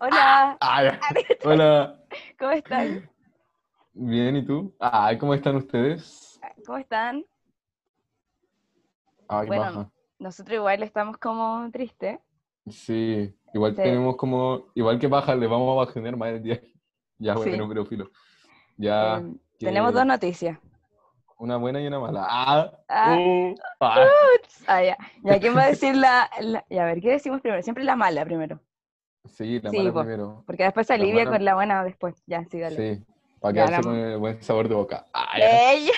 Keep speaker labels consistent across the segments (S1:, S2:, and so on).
S1: Hola,
S2: Ay, Ah,
S1: Ah,
S2: hola,
S1: ¿cómo están?
S2: bien, ¿y tú? Ay, ¿cómo están ustedes?
S1: ¿Cómo están?
S2: Ay,
S1: Bueno,
S2: baja.
S1: Nosotros igual estamos como tristes.
S2: Sí, igual
S1: Sí.
S2: tenemos como, igual que baja, le vamos a bajonear más el día. Ya, bueno,
S1: Sí.
S2: no, pero filo. Ya,
S1: Em,
S2: que-
S1: Tenemos dos noticias.
S2: una buena y una mala. Ah,
S1: Ah.
S2: uh, ah.
S1: Ah, ya. ¿Y a quién va a decir la, la- Y a ver, ¿qué decimos primero? Siempre la mala primero,
S2: Sí, la
S1: Sí,
S2: mala
S1: po.
S2: primero.
S1: porque después se
S2: La
S1: alivia
S2: mala-
S1: con la buena después. Ya, sí, dale.
S2: Sí, para
S1: Ya,
S2: quedarse
S1: la-
S2: con el buen sabor de boca. Ah, ya.
S1: ¡Ey!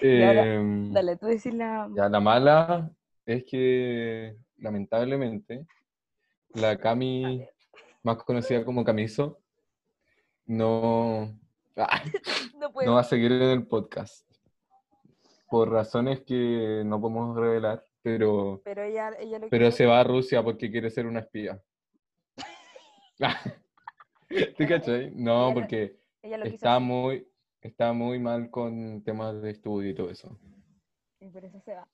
S1: Eh, Y ahora,
S2: Em,
S1: Dale, tú decís la...
S2: Ya, la mala es que, lamentablemente, la Cami, más conocida como Camiso, no, ah,
S1: No puedo.
S2: no va a seguir en el podcast. Por razones que no podemos revelar, pero,
S1: Pero ella, ella lo
S2: pero
S1: quiere.
S2: se va a Rusia porque quiere ser una espía. ¿Te cachai? No, porque
S1: Ella lo quiso
S2: está
S1: hacer,
S2: muy, está muy mal con temas de estudio y todo eso.
S1: y por eso se va.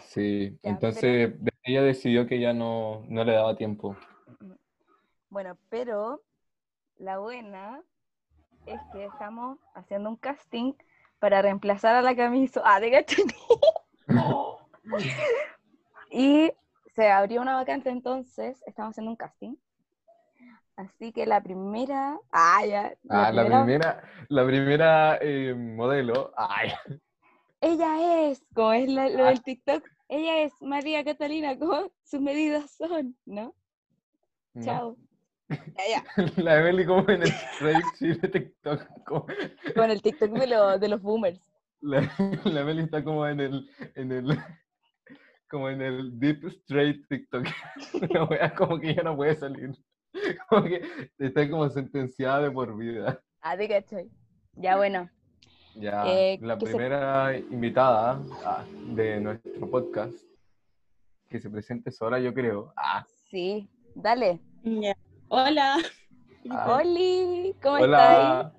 S2: Sí,
S1: pero-
S2: entonces de- ella decidió que ya no, no le daba tiempo.
S1: Bueno, pero la buena es que estamos haciendo un casting para reemplazar a la camiso. Ah, de gato. Y se abrió una vacante entonces, estamos haciendo un casting. Así que la primera. Ah, ya.
S2: Ah, la primera, la primera eh, modelo. Ay,
S1: Ella es, como es la- lo
S2: Ah.
S1: del TikTok, ella es María Catalina, como sus medidas son, ¿no?
S2: no.
S1: Chao. Ya,
S2: La Emily como en el Reddit Chile TikTok. como-
S1: ya, Con el TikTok de, lo- de los boomers.
S2: la, la Emily está como en el, en el, como en el deep straight TikTok. Una wea como que ya no puede salir. Como que está como sentenciada de por vida.
S1: Ah, de cachai. Ya, bueno.
S2: Ya,
S1: Eh,
S2: la
S1: que se-
S2: primera invitada ah, de nuestro podcast que se presente sola, yo creo. Ah,
S1: Sí, dale.
S3: Ya. Hola,
S2: ah,
S1: Oli, ¿cómo estáis?
S2: hola.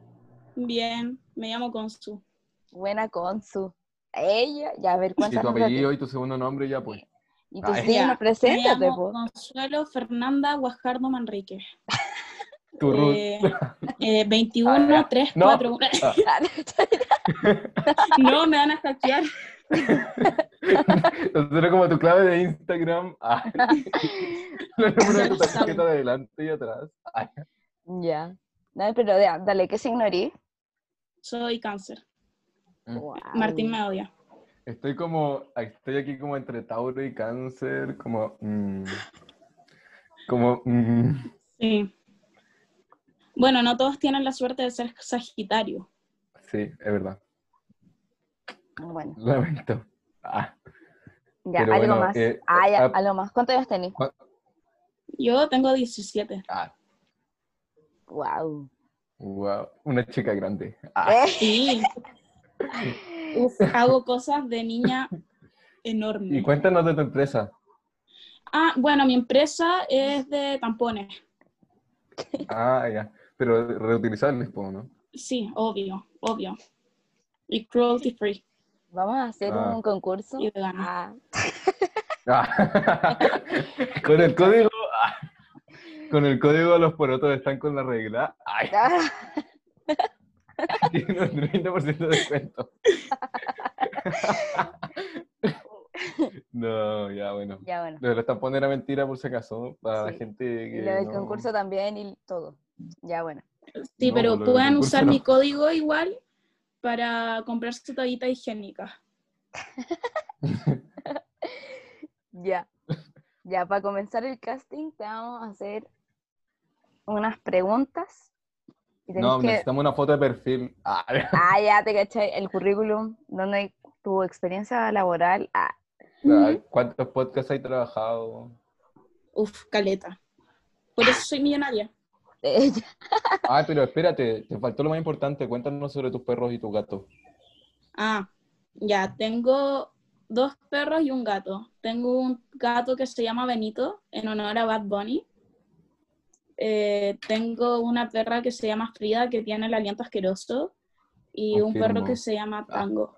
S3: bien, me llamo Consu.
S1: Buena Consu. Ella, ya a ver
S2: Y
S1: cuántas
S2: tu
S1: nos da
S2: apellido y tu segundo nombre ya pues.
S1: tiempo? Y tú
S2: Ay.
S1: sí,
S3: Ya,
S1: nos
S3: Me
S1: preséntate,
S3: llamo
S1: po.
S3: Consuelo Fernanda Guajardo Manrique.
S2: Tu Ruth.
S3: Eh, eh,
S2: Ah,
S3: 21,
S2: ya.
S3: 3,
S2: No.
S3: 4.
S2: Ah,
S3: No, me van a hackear.
S2: Nosotros como tu clave de Instagram. Ah, los números de tu tarjeta de adelante y atrás. Ah,
S1: ya. No, pero ya, dale, ¿qué signo eres?
S3: Soy cáncer.
S2: Mm.
S1: Guau.
S3: Martín me odia.
S2: estoy como, estoy aquí como entre Tauro y Cáncer, como, mm, como, mm,
S3: Sí. Bueno, no todos tienen la suerte de ser Sagitario.
S2: sí, es verdad.
S1: Bueno,
S2: Lamento. Ah,
S1: ya,
S2: Pero
S1: algo
S2: bueno,
S1: más.
S2: eh,
S1: ah, ya,
S2: ah,
S1: algo más. ¿Cuántos años tenés?
S3: Yo tengo 17.
S2: ah,
S1: Wow.
S2: wow, una chica grande.
S1: Oh.
S2: Ah,
S1: Eh,
S3: Sí. Uf, hago cosas de niña enorme.
S2: y cuéntanos de tu empresa.
S3: Ah, bueno, mi empresa es de tampones.
S2: Ah, ya. Pero reutilizables, po, ¿no?
S3: Sí, obvio, obvio. Y cruelty free.
S1: Vamos a hacer
S2: Ah.
S1: un concurso.
S3: Y vegano.
S1: Ah,
S2: Ah, con el código, ah, con el código los porotos están con la regla. Ay,
S1: Ah,
S2: tienen un 30% de descuento. No, ya bueno.
S1: ya, bueno.
S2: Lo de los tampones era mentira por si acaso, para la
S1: Sí.
S2: gente que
S1: Y lo del
S2: no-
S1: concurso también y todo. Ya, bueno.
S3: Sí,
S2: No,
S3: pero
S2: lo del
S3: pueden
S2: concurso
S3: usar
S2: no.
S3: mi código igual para comprar su toallita higiénica.
S1: Ya. Ya, para comenzar el casting, te vamos a hacer unas preguntas. Y tenés
S2: No,
S1: que.
S2: necesitamos una foto de perfil. Ah,
S1: Ah, ya te caché. El currículum, donde hay tu experiencia laboral. Ah,
S2: ay, ¿Cuántos podcasts hay trabajado?
S3: Uf, caleta. Por eso soy millonaria.
S1: eh,
S2: Ay, Ah, pero espérate, te faltó lo más importante. Cuéntanos sobre tus perros y tus gatos.
S3: Ah, ya, tengo dos perros y un gato. Tengo un gato que se llama Benito, en honor a Bad Bunny. Eh, tengo una perra que se llama Frida, que tiene el aliento asqueroso. Y un perro
S2: Confirmo.
S3: que se llama
S2: Ah.
S3: Tango.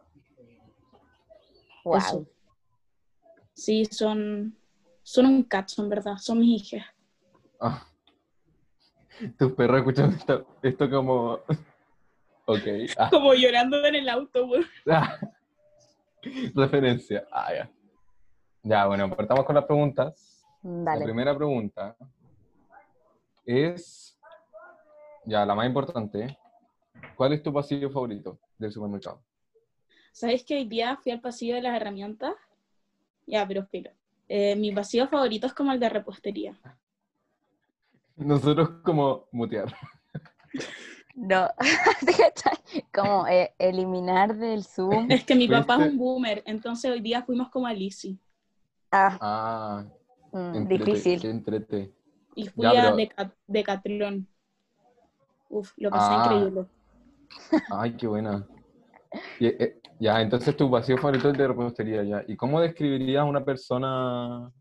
S1: wow.
S3: Eso. Sí, son, son un cat, en verdad, son mis hijas.
S2: Ah, Tus perros escuchando esto, esto como... Ok. ah,
S3: Como llorando en el auto, weón.
S2: ah. Referencia. Ah, ya. Ya, bueno, partamos con las preguntas. La
S1: Dale.
S2: primera pregunta es, ya la más importante, ¿cuál es tu pasillo favorito del supermercado?
S3: ¿Sabéis que hoy día fui al pasillo de las herramientas? Ya, pero espera. mi pasillo favorito es como el de repostería.
S2: Nosotros como mutear.
S1: No, ¿te cachai? como eh, eliminar del Zoom.
S3: Es que mi papá es
S2: ¿Viste?
S3: un boomer, entonces hoy día fuimos como a Lizzy.
S1: Ah,
S2: Ah,
S1: mm,
S2: entrete, qué
S1: difícil.
S2: entrete.
S3: Y fui
S2: Ya,
S3: a
S2: pero-
S3: Deca- Decathlon. Uf, lo pasé
S2: Ah.
S3: increíble.
S2: Ay, qué buena. Y, eh, ya, entonces tu pasillo favorito es el de repostería, ya. ¿Y cómo describirías a una persona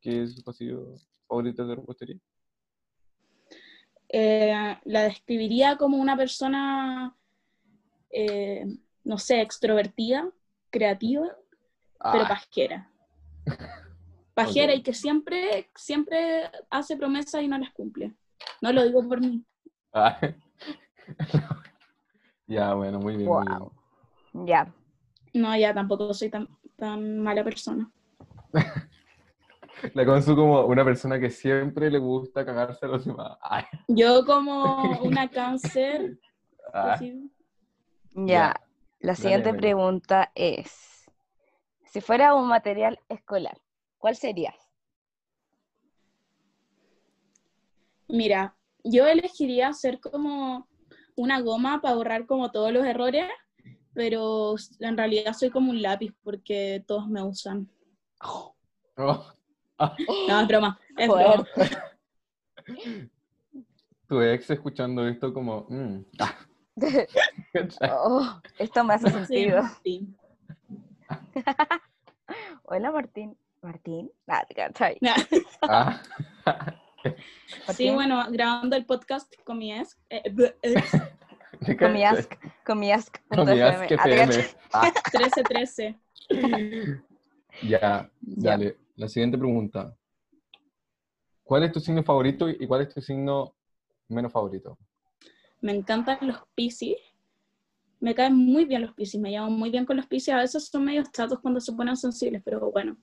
S2: que es su pasillo favorito de repostería?
S3: Eh, la describiría como una persona, eh, no sé, extrovertida, creativa, pero
S2: Ah,
S3: pajera. Pajera
S2: Ok.
S3: y que siempre, siempre hace promesas y no las cumple. No lo digo por mí.
S2: ah. ya, bueno, muy bien, muy bien.
S1: Wow. Ya.
S3: No, ya tampoco soy tan, tan mala persona.
S2: La Consu como una persona que siempre le gusta cagarse a los demás. Ay,
S3: Yo como una cáncer,
S2: ay.
S3: así,
S1: Ya.
S2: Ya.
S1: La siguiente
S2: Emily.
S1: pregunta es, si fuera un material escolar, ¿cuál serías?
S3: mira, yo elegiría hacer como una goma para borrar como todos los errores, pero en realidad soy como un lápiz porque todos me usan.
S2: Oh,
S3: No, es broma, es
S1: Joder.
S3: broma.
S2: tu ex escuchando esto como... mm, ah, ¿cachai?
S1: Oh, esto me hace
S3: Sí,
S1: sentido.
S3: sí.
S1: Hola Martín. Martín. Ah, te cachai.
S2: Ah,
S3: Sí,
S1: Martín,
S3: bueno, grabando el podcast con mi ex, eh, b- ex,
S2: ¿te
S1: Con mi
S2: cachai?
S1: ask. Con mi ask.
S2: Con mi ask
S1: Ah, te
S2: FM.
S1: cachai.
S2: Ah,
S3: 1313.
S2: ya,
S1: Ya.
S2: dale. La siguiente pregunta. ¿Cuál es tu signo favorito y cuál es tu signo menos favorito?
S3: Me encantan los piscis. Me caen muy bien los piscis, me llevo muy bien con los piscis. A veces son medio chatos cuando se ponen sensibles, pero bueno.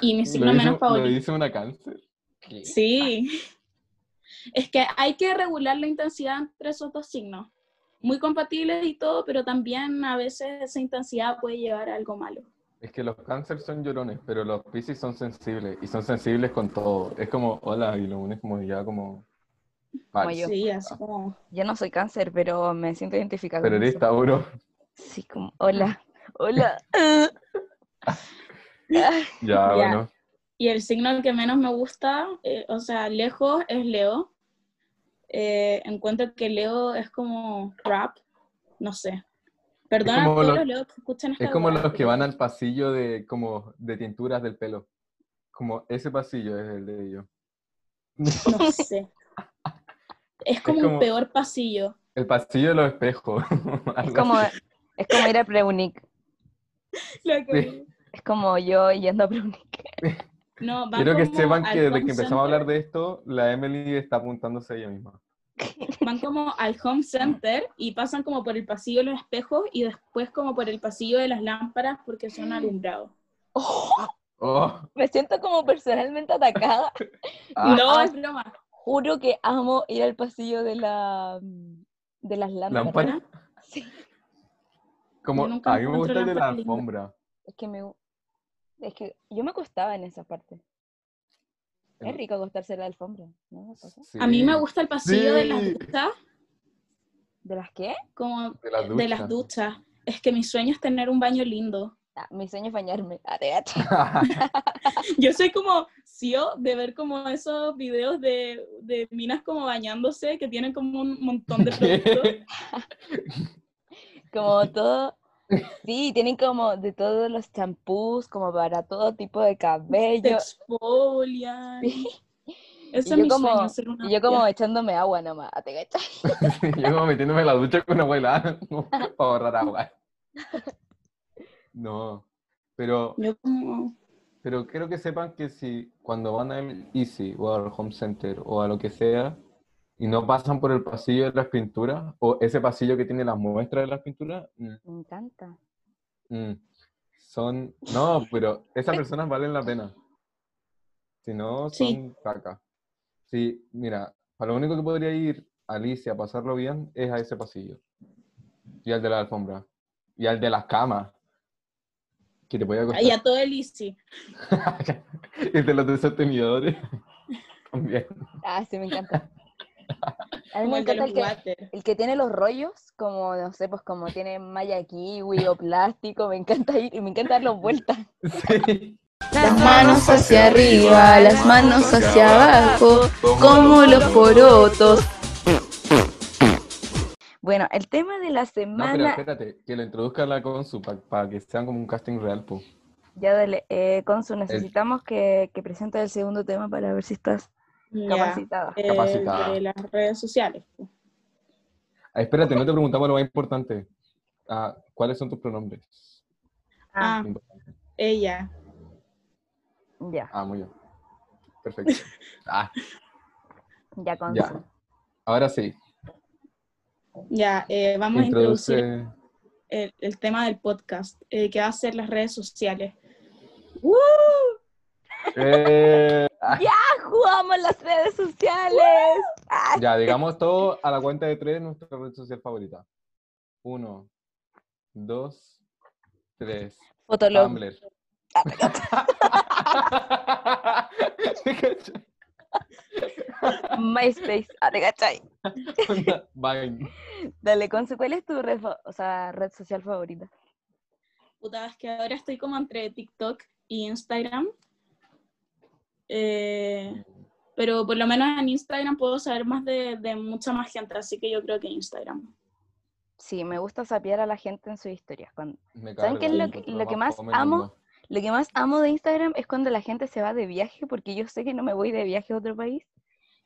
S3: Y mi signo
S2: Ah, ¿Lo dice-
S3: menos
S2: ¿Lo
S3: favorito.
S2: dice una cáncer? ¿Qué?
S3: Sí. Es que hay que regular la intensidad entre esos dos signos. Muy compatibles y todo, pero también a veces esa intensidad puede llevar a algo malo.
S2: Es que los cánceres son llorones, pero los piscis son sensibles y son sensibles con todo. Es como, hola, y lo unes como ya como... Vale.
S1: Como yo.
S3: Sí, así como.
S1: Yo no soy cáncer, pero me siento identificada. con
S2: Pero eres
S1: eso.
S2: Tauro.
S1: Sí, como, hola, hola.
S2: Ya,
S3: Ya.
S2: bueno.
S3: Y el signo que menos me gusta, eh, o sea, lejos, es Leo. Eh, encuentro que Leo es como rap, no sé. Perdona a
S2: como
S3: todos
S2: los-
S3: los Leos que escuchan esta
S2: Es como
S3: weá,
S2: los que
S3: pero-
S2: van al pasillo de como de tinturas del pelo. Como ese pasillo es el de ellos.
S3: No sé. Es como,
S2: como-
S3: un peor pasillo.
S2: El pasillo de los espejos.
S1: es,
S2: algo
S1: como,
S2: así.
S1: es como ir a Preunic.
S2: Sí.
S1: Es como yo yendo a Preunic.
S3: No, van
S2: Quiero que
S3: como
S2: sepan
S3: al
S2: que desde
S3: home
S2: que empezamos a
S3: center-
S2: hablar de esto, la Emily está apuntándose a ella misma.
S3: Van como al home center y pasan como por el pasillo de los espejos y después como por el pasillo de las lámparas porque son alumbrados.
S2: Oh,
S1: Me siento como personalmente atacada.
S2: Ah.
S3: No,
S1: Ah.
S3: es broma.
S1: Juro que amo ir al pasillo de la de las lámparas.
S2: Lámpara.
S1: Sí,
S2: como
S3: Yo nunca
S2: a mí me gusta
S3: encuentro
S2: el de la
S3: lámpara linda.
S2: alfombra.
S1: es que me es que yo me acostaba en esa parte. Es rico acostarse en la alfombra, ¿no? ¿Qué pasa?
S2: Sí.
S3: A mí me gusta el pasillo de las
S2: Sí.
S3: duchas,
S1: ¿De las qué?
S3: como
S2: De las
S3: de las
S2: duchas.
S3: duchas. Es que mi sueño es tener un baño lindo.
S1: Ah, mi sueño es bañarme. Ah, te cacho.
S3: Yo soy como CEO de ver como esos videos de, de minas como bañándose que tienen como un montón de productos.
S2: ¿Qué?
S1: Como todo. Sí, tienen como de todos los champús, como para todo tipo de
S3: Se
S1: cabello.
S3: exfolian.
S1: Sí.
S3: Eso
S1: Y yo
S3: es mi
S1: como-
S3: sueño, ser una
S1: Y yo como
S3: tía.
S1: echándome agua nomás, ah, te cacho.
S2: Sí, yo como metiéndome en la ducha con abuela para ahorrar agua. No, pero,
S3: Yo como-
S2: pero quiero que sepan que si cuando van al Easy o al Home Center o a lo que sea, y no pasan por el pasillo de las pinturas o ese pasillo que tiene las muestras de las pinturas, mm,
S1: Me encanta.
S2: mm, son... No, pero esas personas valen la pena. Si no,
S3: Sí.
S2: son caca. Sí, mira, para lo único que podría ir Alicia a pasarlo bien es a ese pasillo. Y al de la alfombra. Y al de las camas. Que te voy acostar.
S3: Y a todo el ICI.
S2: el de los desordenadores. También.
S1: Ah, sí, me encanta. A mí
S3: Como
S1: me
S3: el de
S1: encanta
S3: los
S1: el que,
S3: water.
S1: el que tiene los rollos, como, no sé, pues como tiene malla kiwi o plástico, me encanta ir y me encanta darlos vueltas.
S2: Sí.
S4: Las manos hacia arriba, las manos hacia abajo, como los porotos.
S1: Bueno, el tema de la
S2: No, pero
S1: semana,
S2: espérate, que lo introduzca la Consu para que sean como un casting real, po.
S1: ya dale, eh, Consu, necesitamos que, que presentes el segundo tema para ver si estás
S3: Ya.
S1: capacitada.
S3: Eh,
S2: Capacitada.
S3: de las redes sociales. pues.
S2: Ah, espérate, no te preguntamos lo más importante. Ah, ¿Cuáles son tus pronombres?
S1: Ah,
S3: Ah, ella.
S1: ya,
S2: Ah, muy bien. Perfecto. Ah,
S1: ya Consu.
S2: ya. Ahora sí.
S3: Ya, eh, vamos a introducir
S2: Introduce.
S3: el, el tema del podcast, eh, que va a ser las redes sociales.
S1: ¡Uh!
S2: Eh, ah,
S1: ¡Jugamos las redes sociales! ¡Ah!
S2: ya, digamos todo a la cuenta de tres de nuestra red social favorita. Uno, dos, tres.
S1: Fotolog.
S2: Tumblr.
S1: Ah, MySpace. Ah, te cachai.
S2: Onda, Vine.
S1: Dale, Consu, ¿cuál es tu red, fa- o sea, red social favorita?
S3: Puta, es que ahora estoy como entre TikTok y Instagram. Eh, pero por lo menos en Instagram puedo saber más de, de mucha más gente, así que yo creo que Instagram.
S1: Sí, me gusta sapear a la gente en sus historias. Cuando-
S2: Me
S1: ¿Saben qué es
S2: carga,
S1: lo que-
S2: encuentro
S1: lo que más
S2: fome del
S1: amo?
S2: mundo.
S1: Lo que más amo de Instagram es cuando la gente se va de viaje, porque yo sé que no me voy de viaje a otro país.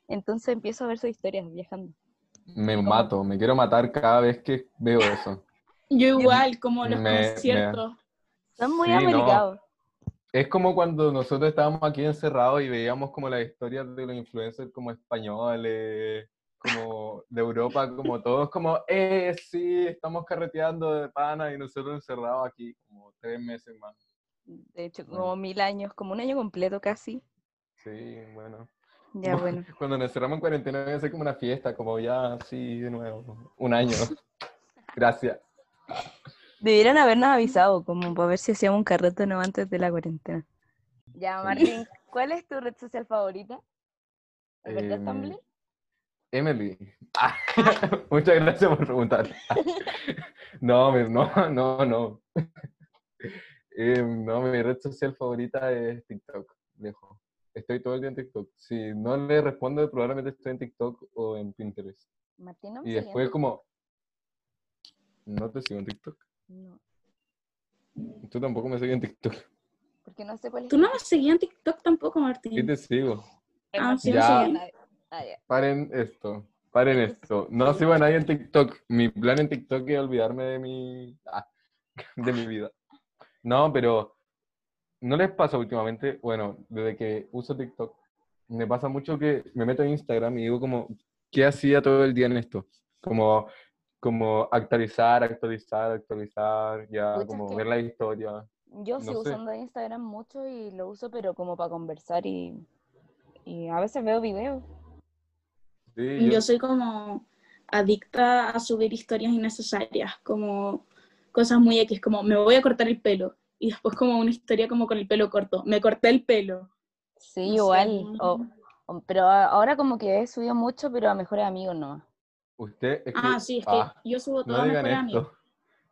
S1: Entonces empiezo a ver sus historias viajando.
S2: Me mato, me quiero matar cada vez que veo eso.
S3: Yo igual, como los
S2: Me-
S3: conciertos.
S1: Son muy
S2: Sí, no.
S1: americanos.
S2: Es como cuando nosotros estábamos aquí encerrados y veíamos como las historias de los influencers como españoles, como de Europa, como todos como, eh, sí, estamos carreteando de pana y nosotros encerrados aquí como tres meses más.
S1: De hecho,
S2: Bueno.
S1: como mil años, como un año completo casi.
S2: Sí, bueno.
S1: Ya bueno.
S2: Cuando nos cerramos en cuarentena debe ser como una fiesta, como ya, sí, de nuevo, un año. Gracias.
S1: Debieron habernos avisado, como para ver si hacíamos un carrete o no antes de la cuarentena. Ya,
S2: Sí.
S1: Martín, ¿cuál es tu red social favorita? ¿Es verdad,
S2: Em,
S1: Tumblr?
S2: Emily, Ah, muchas gracias por preguntar. No, mi- no, no, no. Em, no, mi red social favorita es TikTok, lejos. Estoy todo el día en TikTok. Si no le respondo, probablemente estoy en TikTok o en Pinterest.
S1: Martín, no me
S2: Y
S1: sigue.
S2: después como... No te sigo en TikTok.
S1: No,
S2: Tú tampoco me sigues en TikTok.
S1: porque no sé cuál es.
S3: Tú no me seguías en TikTok tampoco,
S2: ¿Qué
S3: Martín.
S2: te sigo?
S1: el
S3: Ah,
S1: Martín
S2: sí,
S1: no
S2: ya.
S1: sigue a nadie. Ah, ya.
S2: Paren esto, paren esto. No sigo a nadie en TikTok. Mi plan en TikTok es olvidarme de mi, ah, de mi vida. No, pero ¿no les pasa últimamente? Bueno, desde que uso TikTok, me pasa mucho que me meto en Instagram y digo como, ¿qué hacía todo el día en esto? Como, como actualizar, actualizar, actualizar, ya,
S1: Pucha, es
S2: como
S1: que-
S2: ver la historia.
S1: Yo
S2: No
S1: sigo
S2: sé.
S1: usando Instagram mucho y lo uso, pero como para conversar y, y a veces veo videos.
S2: Sí, yo-
S3: Yo soy como adicta a subir historias innecesarias, como cosas muy X, como me voy a cortar el pelo. Y después como una historia como con el pelo corto. Me corté el pelo.
S1: Sí,
S3: No sé,
S1: igual. o-
S3: no-
S1: o- pero a- ahora como que he subido mucho, pero a mejores amigos nomás.
S2: usted es que-
S3: Ah, sí, es que
S2: ah.
S3: yo subo todo
S2: No
S3: a
S2: digan
S3: mejores amigos.
S2: esto.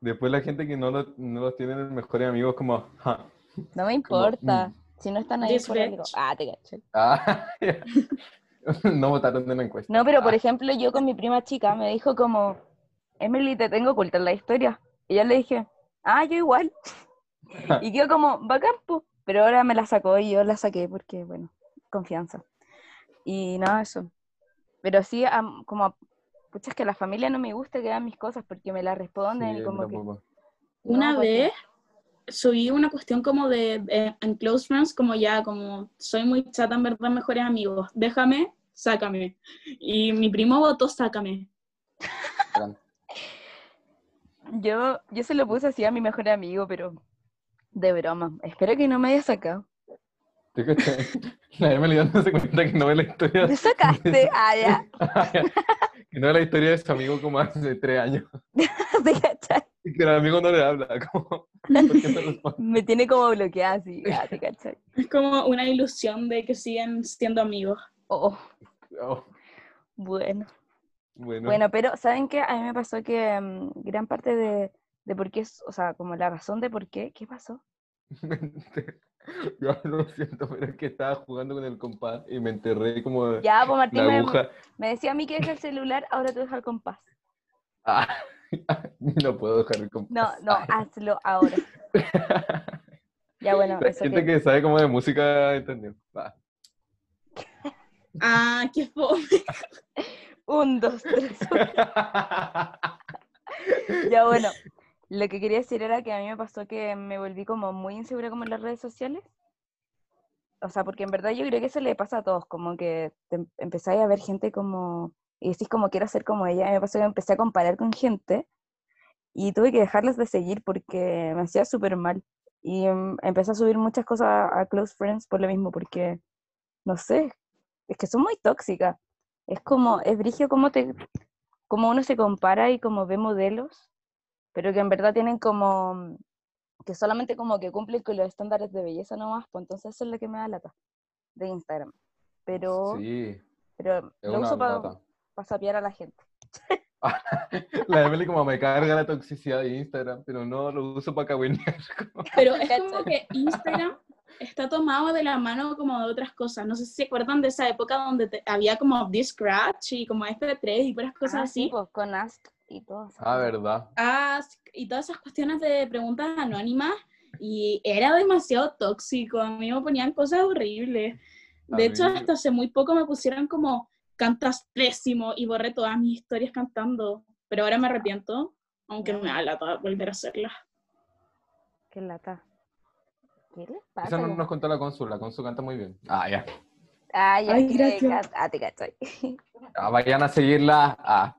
S2: Después la gente que no, lo- no los tiene de mejores amigos como... "Ja,
S1: No me
S2: Como,
S1: importa.
S2: mm.
S1: Si no están ahí
S3: This
S1: por algo.
S3: bitch.
S1: Ah, te cacho.
S2: ah, ya. no votaron de la encuesta.
S1: No, pero por
S2: Ah,
S1: ejemplo, yo con mi prima chica me dijo como, Emily, te tengo oculta en la historia. Y yo le dije, ah, yo igual. y quedó como, bacán, po". Pero ahora me la sacó y yo la saqué porque, bueno, confianza. Y nada, eso. Pero sí, am- como, a- pucha, es que a la familia no me gusta que hagan mis cosas porque me las responden
S2: sí,
S1: y como que...
S2: tampoco.
S1: no,
S3: Una
S1: ¿pa' qué?
S3: vez subí una cuestión como eh, de, de- en Close Friends, como ya, como soy muy chata, en verdad, mejores amigos. Déjame sácame. Y mi primo votó, sácame.
S1: Yo, yo se lo puse así a mi mejor amigo, pero de broma. Espero que no me haya sacado.
S2: ¿Te cachai? La Emily dándose cuenta que no ve la historia.
S1: ¿Me sacaste? Ah, ya.
S2: que no ve la historia de su amigo como hace tres años.
S1: ¿Te cachai?
S2: Y que el amigo no le habla. Como, ¿por qué no responde?
S1: Me tiene como bloqueada así. Ah, ¿te cachai?
S3: Es como una ilusión de que siguen siendo amigos.
S1: Oh,
S2: Oh,
S1: bueno.
S2: bueno,
S1: Bueno, pero ¿saben qué? A mí me pasó que mm, gran parte de, de por qué, es- o sea, como la razón de por qué, ¿qué pasó?
S2: Este, Yo lo siento, pero es que estaba jugando con el compás y me enterré como
S1: Ya, pues Martín
S2: la
S1: me,
S2: aguja.
S1: me decía a mí que deja el celular, ahora tú deja el compás.
S2: Ah, no puedo dejar el compás.
S1: No, no, hazlo ahora. Ya, bueno,
S2: La
S1: eso
S2: gente
S1: que-
S2: que sabe como de música entendió. Va.
S3: Ah, qué fome.
S1: Un, dos, tres. Ya bueno, lo que quería decir era que a mí me pasó que me volví como muy insegura como en las redes sociales. O sea, porque en verdad yo creo que eso le pasa a todos, como que te em- empezáis a ver gente como, y decís como quiero ser como ella, y me pasó que me empecé a comparar con gente y tuve que dejarlas de seguir porque me hacía súper mal. Y em, empecé a subir muchas cosas a, a Close Friends por lo mismo, porque, no sé, es que son muy tóxicas. Es como, es brigio cómo te, como uno se compara y como ve modelos, pero que en verdad tienen como mm, que solamente como que cumplen con los estándares de belleza nomás, pues entonces eso es lo que me da lata de Instagram. Pero,
S2: Sí,
S1: pero
S2: es
S1: lo
S2: una
S1: uso para
S2: lata.
S1: sapear a la gente.
S2: La Emily como me carga la toxicidad de Instagram, pero no lo uso para cabinear.
S3: Pero es como que Instagram está tomado de la mano como de otras cosas. No sé si se acuerdan de esa época donde te- había como Scratch y como F3 y puras cosas
S1: Ah, sí,
S3: así.
S1: pues, con Ask y todo. eso.
S2: Ah, verdad.
S3: Ask y todas esas cuestiones de preguntas anónimas. Y era demasiado tóxico. A mí me ponían cosas horribles. De
S2: A
S3: hecho,
S2: mí-
S3: hasta hace muy poco me pusieron como cantas pésimo y borré todas mis historias cantando. Pero ahora me arrepiento, aunque me da lata volver a hacerlas.
S1: Qué lata. ¿Qué les pasa?
S2: Eso no
S1: con-
S2: nos contó la consul, la consul canta muy bien. Ah, ya.
S1: Ah, ya
S3: Ay,
S1: que
S3: gracias.
S1: ca- Ah, te cachai.
S2: Ah, vayan a seguirla. Ah,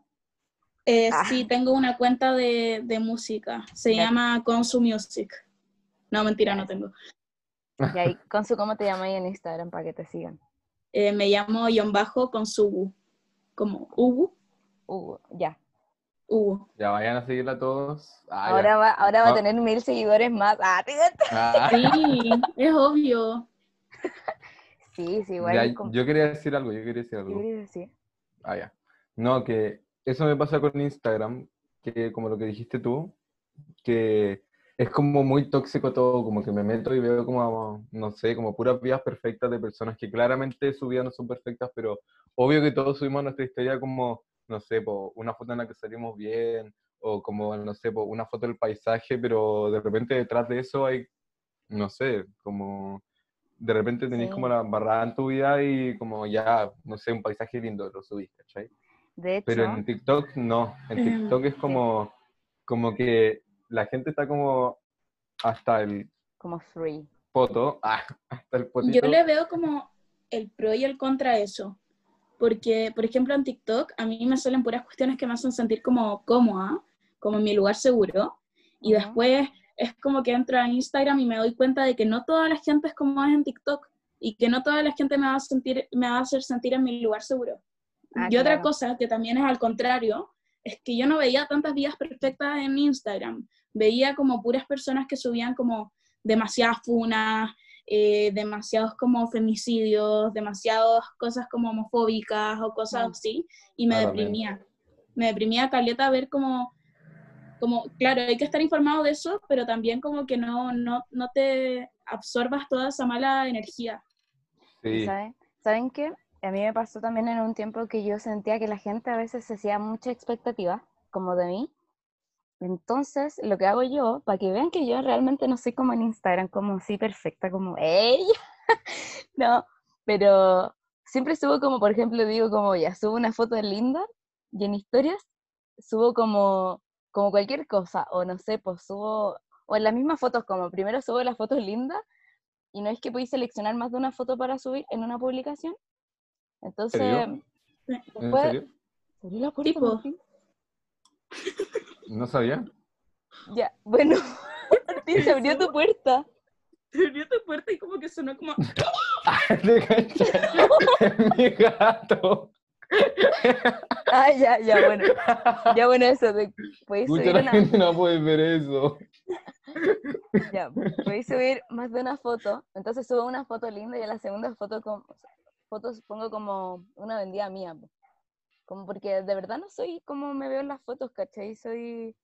S3: Eh,
S1: Ah.
S3: Sí, tengo una cuenta de, de música. Se
S1: Ya.
S3: llama Consu Music. No, mentira, no tengo.
S1: Y ahí, Consu, ¿cómo te llamáis en Instagram para que te sigan?
S3: Eh, me llamo guión bajo Consubu. Como Ubu,
S1: Hugo, ya.
S3: Ubu.
S2: ya vayan a seguirla todos. Ah, ya.
S1: ahora va, ahora va a
S2: Ah.
S1: tener mil seguidores más. Ah, te cachai.
S2: Ah,
S3: Sí, es obvio.
S1: Sí, sí,
S2: ya,
S1: igual. es como-
S2: yo quería decir algo, yo quería decir
S1: ¿Qué
S2: algo.
S1: querías decir?
S2: Ah, ya. No, que eso me pasa con Instagram, que como lo que dijiste tú, que es como muy tóxico todo, como que me meto y veo como, no sé, como puras vías perfectas de personas que claramente su vida no son perfectas, pero obvio que todos subimos nuestra historia como, no sé, po, una foto en la que salimos bien, o como, no sé, po, una foto del paisaje, pero de repente detrás de eso hay, no sé, como, de repente tenés como
S1: Sí.
S2: la barrada en tu vida y como ya, no sé, un paisaje lindo, lo subís, ¿cachai?
S1: De hecho,
S2: Pero en TikTok no. En
S3: Em,
S2: TikTok es como, como que la gente está como hasta el
S1: como free.
S2: poto, ah, hasta el potito.
S3: Yo le veo como el pro y el contra a eso. Porque, por ejemplo, en TikTok a mí me salen puras cuestiones que me hacen sentir como cómoda, como en mi lugar seguro. Y
S1: Ujú.
S3: después es como que entro a Instagram y me doy cuenta de que no toda la gente es como es en TikTok. Y que no toda la gente me va a, sentir, me va a hacer sentir en mi lugar seguro.
S1: Ah,
S3: y otra
S1: claro.
S3: cosa que también es al contrario, es que yo no veía tantas vías perfectas en Instagram. Veía como puras personas que subían como demasiadas funas, eh, demasiados como femicidios, demasiadas cosas como homofóbicas o cosas
S1: Mm.
S3: así, y me
S2: Ah, también.
S3: deprimía. Me deprimía caleta ver como, como, claro, hay que estar informado de eso, pero también como que no, no, no te absorbas toda esa mala energía.
S1: ¿Y
S2: Sí,
S1: sabe- ¿Saben qué? A mí me pasó también en un tiempo que yo sentía que la gente a veces se hacía mucha expectativa, como de mí. Entonces, lo que hago yo, para que vean que yo realmente no soy como en Instagram, como así perfecta, como ella. no, pero siempre subo como, por ejemplo, digo como ya, subo una foto de linda y en historias subo como, como cualquier cosa, o no sé, pues subo, o en las mismas fotos, como primero subo las fotos lindas y no es que podéis seleccionar más de una foto para subir en una publicación, Entonces,
S2: serio? ¿En
S1: después-
S2: serio?
S1: ¿se abrió la puerta,
S3: Tipo.
S1: Martín?
S2: No sabía.
S1: Ya, bueno, Martín, se abrió tu puerta.
S3: Se abrió tu puerta y como que sonó como...
S2: De cancha. Mi gato.
S1: Ah, ya, ya, bueno. Ya, bueno, eso de. Podéis
S2: Mucha
S1: subir,
S2: la
S1: una,
S2: gente no puede ver eso.
S1: ya, podéis subir más de una foto. Entonces subo una foto linda y a la segunda foto con, fotos pongo como una vendida mía. po. Como porque de verdad no soy como me veo en las fotos, ¿cachai? Soy.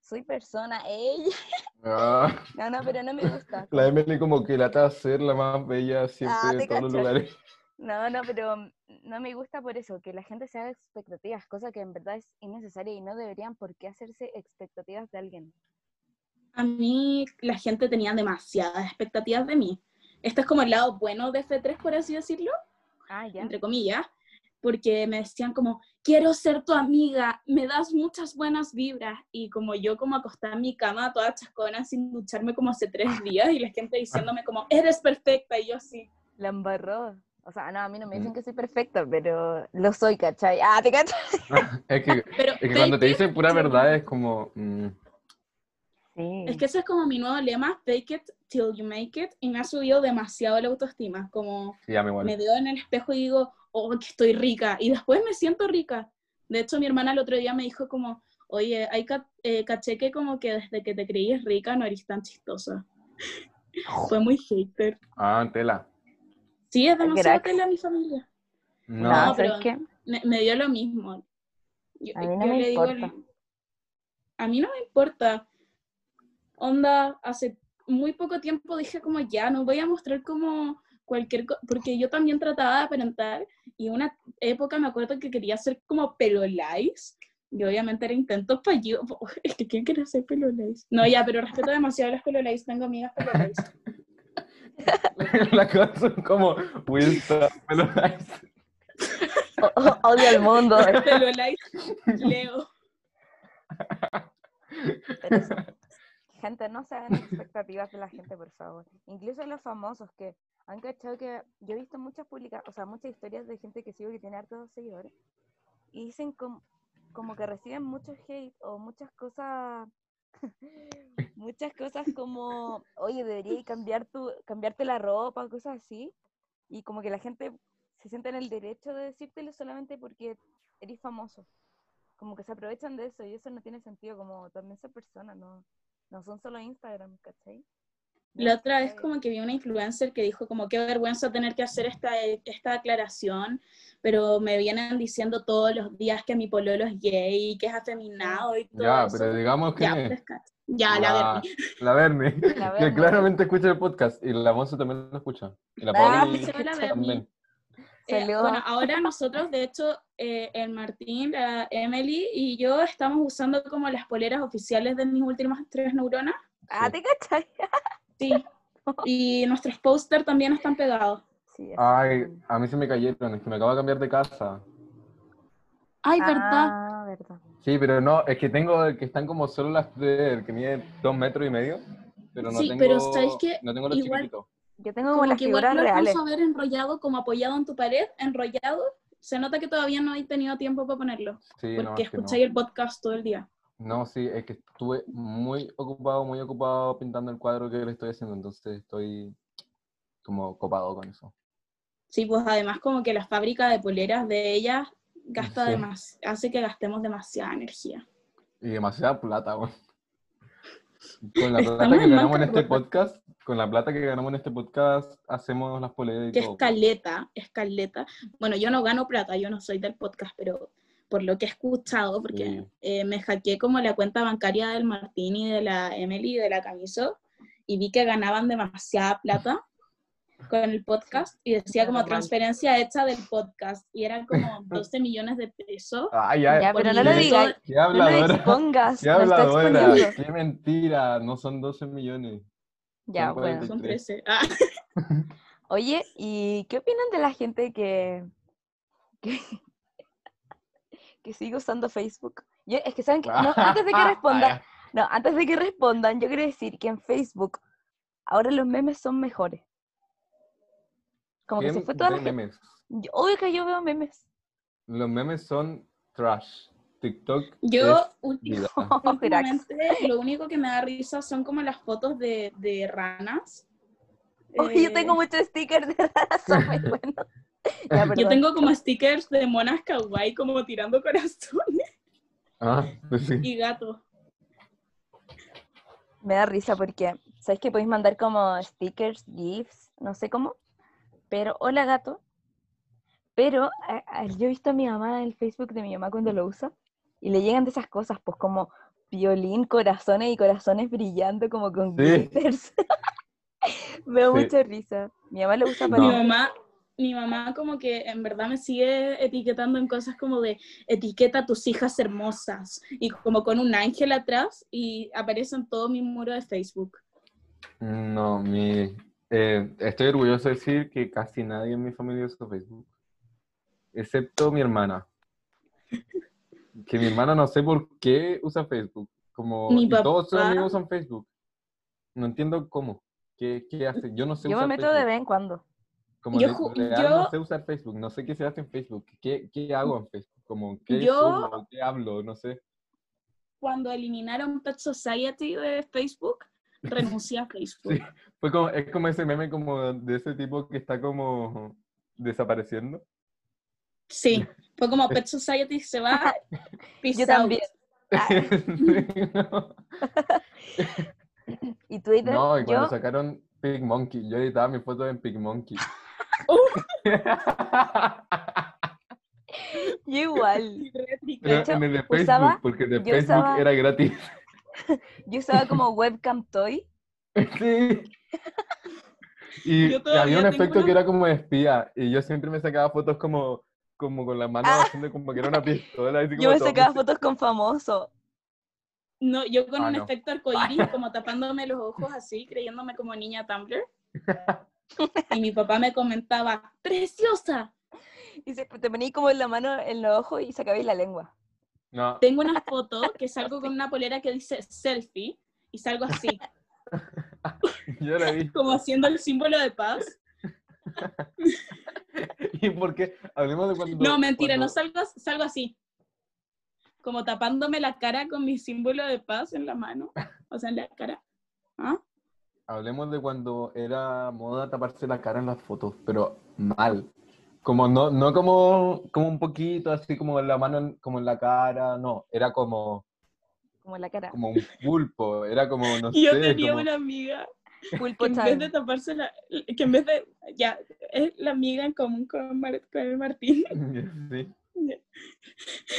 S1: Soy persona, ella.
S2: Ah,
S1: No, no, pero no me gusta.
S2: la Emily como que lata de ser la más bella siempre
S1: Ah,
S2: de
S1: te
S2: todos los
S1: cacho.
S2: lugares.
S1: No, no, pero mm, no me gusta por eso, que la gente se haga expectativas, cosa que en verdad es innecesaria y no deberían por qué hacerse expectativas de alguien.
S3: A mí la gente tenía demasiadas expectativas de mí. Este es como el lado bueno de F3, por así decirlo,
S1: Ah, ya.
S3: entre comillas, porque me decían como, quiero ser tu amiga, me das muchas buenas vibras. Y como yo como acostada en mi cama toda chascona sin ducharme como hace tres días y la gente diciéndome como, eres perfecta. Y yo así,
S1: La embarró. O sea, no, a mí no me
S2: Mm.
S1: dicen que soy perfecta, pero lo soy, ¿cachai? Ah, te cachai.
S2: Es que,
S3: pero...
S2: es que cuando te
S3: fake it
S2: dicen pura
S3: till-
S2: verdad es como... mm,
S1: Sí.
S3: Es que ese es como mi nuevo lema, fake it till you make it, y me ha subido demasiado la autoestima, como...
S2: sí, ya me
S3: me
S2: igual.
S3: veo en el espejo y digo, oh, que estoy rica. Y después me siento rica. De hecho, mi hermana el otro día me dijo como, oye, hay ca- eh, caché que como que desde que te creíes rica no eres tan chistosa. Fue muy hater.
S2: Ah, tela.
S3: Sí, es
S1: Ay,
S3: demasiado
S1: crack.
S3: tela mi familia.
S1: no,
S2: No,
S3: No,
S1: ¿sabes
S3: pero-
S1: qué?
S3: Me, me dio lo mismo. Yo-
S1: A mí no
S3: yo
S1: me
S3: le digo,
S1: importa.
S3: a mí no me importa. Onda, hace muy poco tiempo dije como ya, no voy a mostrar como cualquier cosa, porque yo también trataba de aparentar y una época me acuerdo que quería hacer como pelo lice y obviamente era intentos fallidos. Es que ¿quién quiere hacer pelo lice? No, ya, pero respeto demasiado las pelo lice, tengo amigas pelo lice.
S2: las cosas son como Will Smith, pero
S1: O- o- odio al mundo.
S3: Pelo lice, Leo.
S1: pero eso. Gente, no se hagan expectativas de la gente, por favor. Incluso los famosos que han cachado que yo he visto muchas publicaciones, o sea, muchas historias de gente que sigo que tiene hartos seguidores y dicen como, como que reciben mucho hate o muchas cosas, muchas cosas como, oye, deberías cambiar tu, cambiarte la ropa, cosas así. Y como que la gente se siente en el derecho de decírtelo solamente porque eres famoso. Como que se aprovechan de eso y eso no tiene sentido, como también son personas, no, no son solo Instagram, ¿cachai?
S3: La otra vez
S1: Eh,
S3: como que vi una influencer que dijo como qué vergüenza tener que hacer esta, esta aclaración, pero me vienen diciendo todos los días que mi pololo es gay, y que es afeminado y todo
S2: Ya,
S3: eso.
S2: pero digamos que... Ah,
S3: ya, descansa. Ya, la verdad.
S2: La Verne,
S1: La
S2: que
S1: Verne.
S2: claramente escucha el podcast y la Monza también lo escucha. Y la
S1: Ah,
S2: Pauli
S3: escuchó pues, la Berni.
S2: también.
S3: Eh,
S1: Saludos.
S3: bueno, ahora nosotros, de hecho, eh, el Martín, la Emily y yo estamos usando como las poleras oficiales de mis últimas tres neuronas.
S1: Ah,
S2: Sí.
S1: ¿te cachai?
S3: Sí. Y nuestros póster también están pegados.
S1: Sí, eso
S2: Ay,
S1: también.
S2: a mí se me cayeron, es que me acabo de cambiar de casa.
S3: Ay, verdad.
S1: Ah, verdad.
S2: Sí, pero no, es que tengo el que están como solo las de él, que mide dos metros y medio. Pero no
S3: Sí,
S2: tengo,
S3: pero ¿sabes qué?
S2: no tengo los
S3: Igual-
S2: chiquititos.
S1: Yo tengo como
S3: Como
S1: las
S3: que igual
S1: figuras
S3: lo
S1: reales.
S3: alcanzo a ver enrollado, como apoyado en tu pared, enrollado. Se nota que todavía no he tenido tiempo para ponerlo,
S2: Sí, no,
S3: porque
S2: es que no.
S3: escucháis el podcast todo el día.
S2: No, sí, es que estuve muy ocupado, muy ocupado pintando el cuadro que le estoy haciendo, entonces estoy como copado con eso.
S3: Sí, pues además como que la fábrica de poleras de ellas gasta
S2: Sí.
S3: demas- hace que gastemos demasiada energía.
S2: Y demasiada plata, weón. Con la
S3: Estamos
S2: plata que
S3: en
S2: ganamos en
S3: marca
S2: este
S3: roja.
S2: podcast, con la plata que ganamos en este podcast, hacemos las poleras y
S3: Que
S2: todo.
S3: escaleta, escaleta. Bueno, yo no gano plata, yo no soy del podcast, pero por lo que he escuchado, porque
S2: Sí.
S3: eh, me hackeé como la cuenta bancaria del Martín y de la Emily y de la Camiso y vi que ganaban demasiada plata con el podcast y decía como
S1: Normal.
S3: transferencia hecha del podcast y eran como 12 millones de pesos.
S2: Ah, ya,
S1: Ya,
S3: por
S1: pero no lo
S3: minuto.
S2: qué-
S1: digas.
S2: Qué
S1: No lo
S2: habladora.
S1: expongas.
S2: Qué
S1: lo está
S2: habladora.
S1: exponiendo.
S2: Qué mentira. No son 12 millones.
S1: Ya,
S2: Son
S1: bueno.
S3: Son
S2: 43.
S3: 13. Ah.
S1: Oye, ¿y qué opinan de la gente que, que, que sigue usando Facebook? Yo- es que saben que, no, antes de que respondan, no, antes de que respondan, yo quiero decir que en Facebook ahora los memes son mejores. Como que
S2: Game
S1: se fue toda
S2: de
S1: la gente.
S2: memes.
S1: Yo- Obvio que yo veo memes.
S2: Los memes son trash. TikTok es
S3: Yo, últimamente,
S2: vida.
S1: Cracks.
S3: lo único que me da risa son como las fotos de, de ranas.
S1: Oye, yo
S3: Eh,
S1: tengo muchos stickers de raras, son muy buenos. Ya,
S3: Yo
S1: perdón.
S3: tengo como stickers de monas kawaii como tirando corazones
S2: Ah, pues sí.
S3: y gatos.
S1: Me da risa porque, ¿sabes que podéis mandar como stickers, GIFs, no sé cómo? Pero, hola gato. Pero a- a- yo he visto a mi mamá en el Facebook de mi mamá cuando lo usa y le llegan de esas cosas, pues como violín, corazones y corazones brillando como con
S2: Sí.
S1: glitters. Me da
S2: Sí.
S1: mucha risa. Mi mamá lo usa para...
S3: Mi mamá, mi mamá como que en verdad me sigue etiquetando en cosas como de etiqueta a tus hijas hermosas y como con un ángel atrás y aparece en todo mi muro de Facebook.
S2: No, mi, eh, estoy orgulloso de decir que casi nadie en mi familia usa Facebook, excepto mi hermana. Que mi hermana no sé por qué usa Facebook, como
S3: Mi
S2: y todos sus
S3: papá.
S2: amigos usan Facebook. No entiendo cómo, qué, qué hace. Yo no sé
S1: Yo me
S2: usar
S1: meto
S2: Facebook.
S1: de vez en cuando.
S2: Como
S3: Yo
S2: le-
S3: ju-
S2: real no
S3: yo-
S2: sé usar Facebook, no sé qué se hace en Facebook, qué, qué hago en Facebook, como qué
S3: Yo-
S2: subo, qué hablo, no sé.
S3: Cuando eliminaron Pet Society de Facebook, renuncié a Facebook.
S2: Sí. Fue como, es como ese meme como de ese tipo que está como desapareciendo.
S3: Sí, fue como Pet Society se va. peace
S1: Yo también.
S3: out.
S2: no.
S1: Y Twitter,
S2: No, y cuando
S1: yo...
S2: sacaron Pig Monkey, yo editaba mis fotos en Pig Monkey.
S1: Uh. yo igual.
S3: Y réplica.
S2: Pero
S1: hecho,
S2: en el de Facebook,
S1: usaba-
S2: porque el de
S1: yo
S2: Facebook
S1: usaba-
S2: era gratis.
S1: Yo usaba como webcam toy.
S2: sí. Y,
S3: Yo
S2: y
S3: todavía
S2: había un
S3: tengo
S2: efecto
S3: una-
S2: que era como de espía, y yo siempre me sacaba fotos como, como con las manos haciendo como que era una pistola. así
S1: Ah. Yo
S2: como
S1: me
S2: todo
S1: sacaba
S2: muy-
S1: fotos con famosos.
S3: No, yo con
S2: Ah,
S3: un
S2: no.
S3: efecto arcoíris, como tapándome los ojos así, creyéndome como niña Tumblr. Y mi papá me comentaba, ¡preciosa!
S1: Y se, te poní como en la mano, en los ojos y sacabais la lengua.
S2: No,
S3: Tengo una foto que salgo con una polera que dice selfie y salgo así,
S2: yo la vi.
S3: como haciendo el símbolo de paz.
S2: ¿Y por qué? Hablemos de cuando...
S3: No, mentira,
S2: cuando-
S3: no salgo, salgo así. Como tapándome la cara con mi símbolo de paz en la mano. O sea, en la cara. ¿Ah?
S2: Hablemos de cuando era moda taparse la cara en las fotos, pero mal. Como no, no como, como un poquito, así como la mano en- como en la cara, no, era como,
S1: Como en la cara.
S2: como un pulpo, era como, no
S3: Y yo
S2: sé,
S3: tenía
S2: como-
S3: una amiga que
S1: Pulpo
S3: en vez de
S1: time.
S3: taparse la... Que en vez de... Ya, es la amiga en común con, Mar- con el Martín.
S2: sí.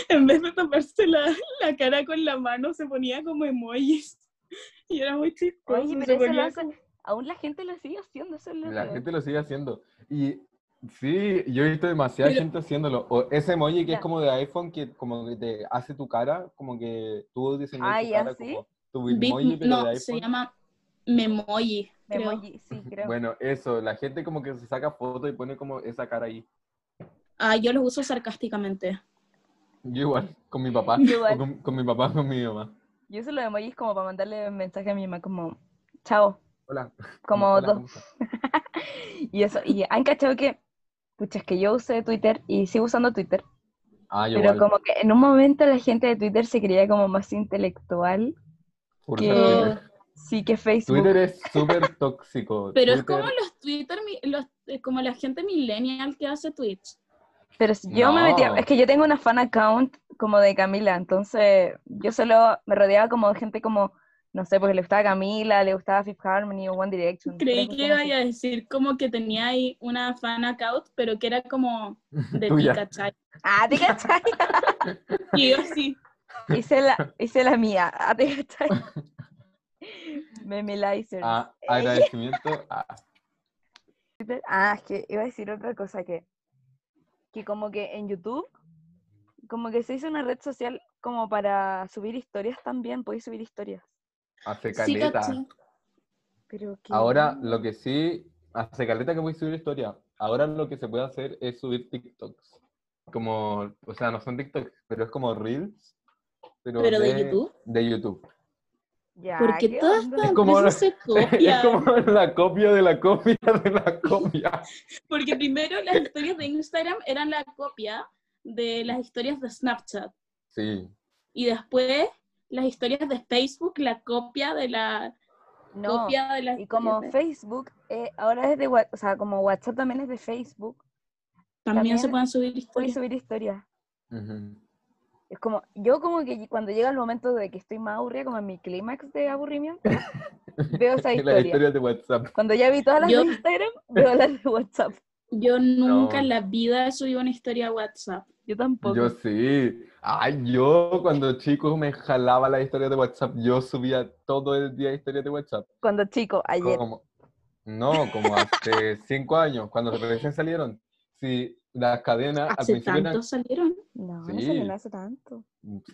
S3: En vez de taparse la, la cara con la mano, se ponía como emojis. Y era muy chistoso.
S1: Oye,
S3: se
S1: pero eso lo
S3: ponía
S1: hacen. Aún la gente lo sigue haciendo. Eso es lo
S2: La
S1: peor.
S2: gente lo sigue haciendo. Y sí, yo he visto demasiada
S3: Pero-
S2: gente haciéndolo. O ese emoji que es
S1: Ya.
S2: como de iPhone, que como que te hace tu cara, como que tú diseñas
S3: Ah,
S1: Ay,
S2: tu cara
S1: ¿así?
S2: como tu
S3: Bit-
S2: emoji, pero de
S3: no,
S2: iPhone.
S3: se llama Memoji. creo.
S1: Memoji, sí, creo.
S2: Bueno, eso, la gente como que se saca fotos y pone como esa cara ahí.
S3: Ah, yo los uso sarcásticamente.
S2: Yo igual, con mi papá.
S1: Yo igual.
S2: o Con, con mi papá, con mi mamá.
S1: Yo uso los emojis como para mandarle un mensaje a mi mamá, como, chao.
S2: Hola.
S1: Como
S2: hola,
S1: dos.
S2: ¿cómo estás?
S1: Y eso. Y han cachado que. Pucha, es que yo usé Twitter y sigo usando Twitter.
S2: Ah, yo
S1: pero
S2: igual.
S1: como que en un momento la gente de Twitter se creía como más intelectual.
S2: por
S1: que-
S2: Twitter.
S1: Sí, que Facebook.
S2: Twitter es súper tóxico.
S3: Pero es
S2: Twitter-
S3: como los Twitter, mi- los, eh, como la gente millennial que hace tweets.
S1: Pero si yo me metía,
S2: No.
S1: es que yo tengo una fan account como de Camila, entonces yo solo me rodeaba como de gente como, no sé, porque le gustaba Camila, le gustaba Fifth Harmony o One Direction.
S3: Creí
S1: puras
S3: que
S1: cuestiones así.
S3: iba a decir como que tenía ahí una fan account, pero que era como de ti,
S2: Tuya.
S3: ¿cachai?
S1: Ah, te cachai.
S3: Y yo sí,
S1: hice, la, hice la mía. Ah, te cachai. Memelizers.
S2: Ah, agradecimiento. Ah,
S1: Ah, es que iba a decir otra cosa que, que como que en YouTube, como que se hizo una red social como para subir historias también, podéis subir historias.
S2: hace
S3: sí,
S2: caleta.
S3: caché.
S1: Pero que...
S2: Ahora lo que sí, hace caleta que voy a subir historia. Ahora lo que se puede hacer es subir TikToks. Como, o sea, no son TikToks, pero es como Reels. Pero,
S3: Pero de YouTube.
S2: De YouTube.
S1: Ya,
S3: Porque
S1: ¿qué
S3: todas
S1: onda?
S3: estas
S2: Es como
S3: empresas se
S2: Es
S3: copian.
S2: como la copia de la copia de la copia.
S3: Porque primero las historias de Instagram eran la copia de las historias de Snapchat.
S2: Sí.
S3: Y después las historias de Facebook, la copia de la
S1: No,
S3: copia de las
S1: y como
S3: historias de-
S1: Facebook, eh, ahora es de WhatsApp, o sea, como WhatsApp también es de Facebook,
S3: también se
S1: también
S3: pueden subir
S1: puedes
S3: historias.
S1: subir historias.
S2: Ujú.
S1: Es como, yo como que cuando llega el momento de que estoy más aburrida, como en mi clímax de aburrimiento, veo esa
S2: Las
S1: historia.
S2: historias de WhatsApp.
S1: Cuando ya vi todas las
S3: Yo-
S1: de Instagram, veo las de WhatsApp.
S3: Yo nunca
S2: No.
S3: en la vida he subido una historia a WhatsApp.
S1: Yo tampoco.
S2: Yo sí. Ay, yo cuando chico me jalaba las historias de WhatsApp. Yo subía todo el día historias de WhatsApp.
S1: Cuando chico, ayer.
S2: Como- no, como hace cinco años, cuando recién salieron. Sí, las cadenas Ah, al
S3: Hace
S2: principio
S3: tanto
S2: eran
S3: salieron.
S1: No, no
S2: Sí.
S1: salió nada hace tanto.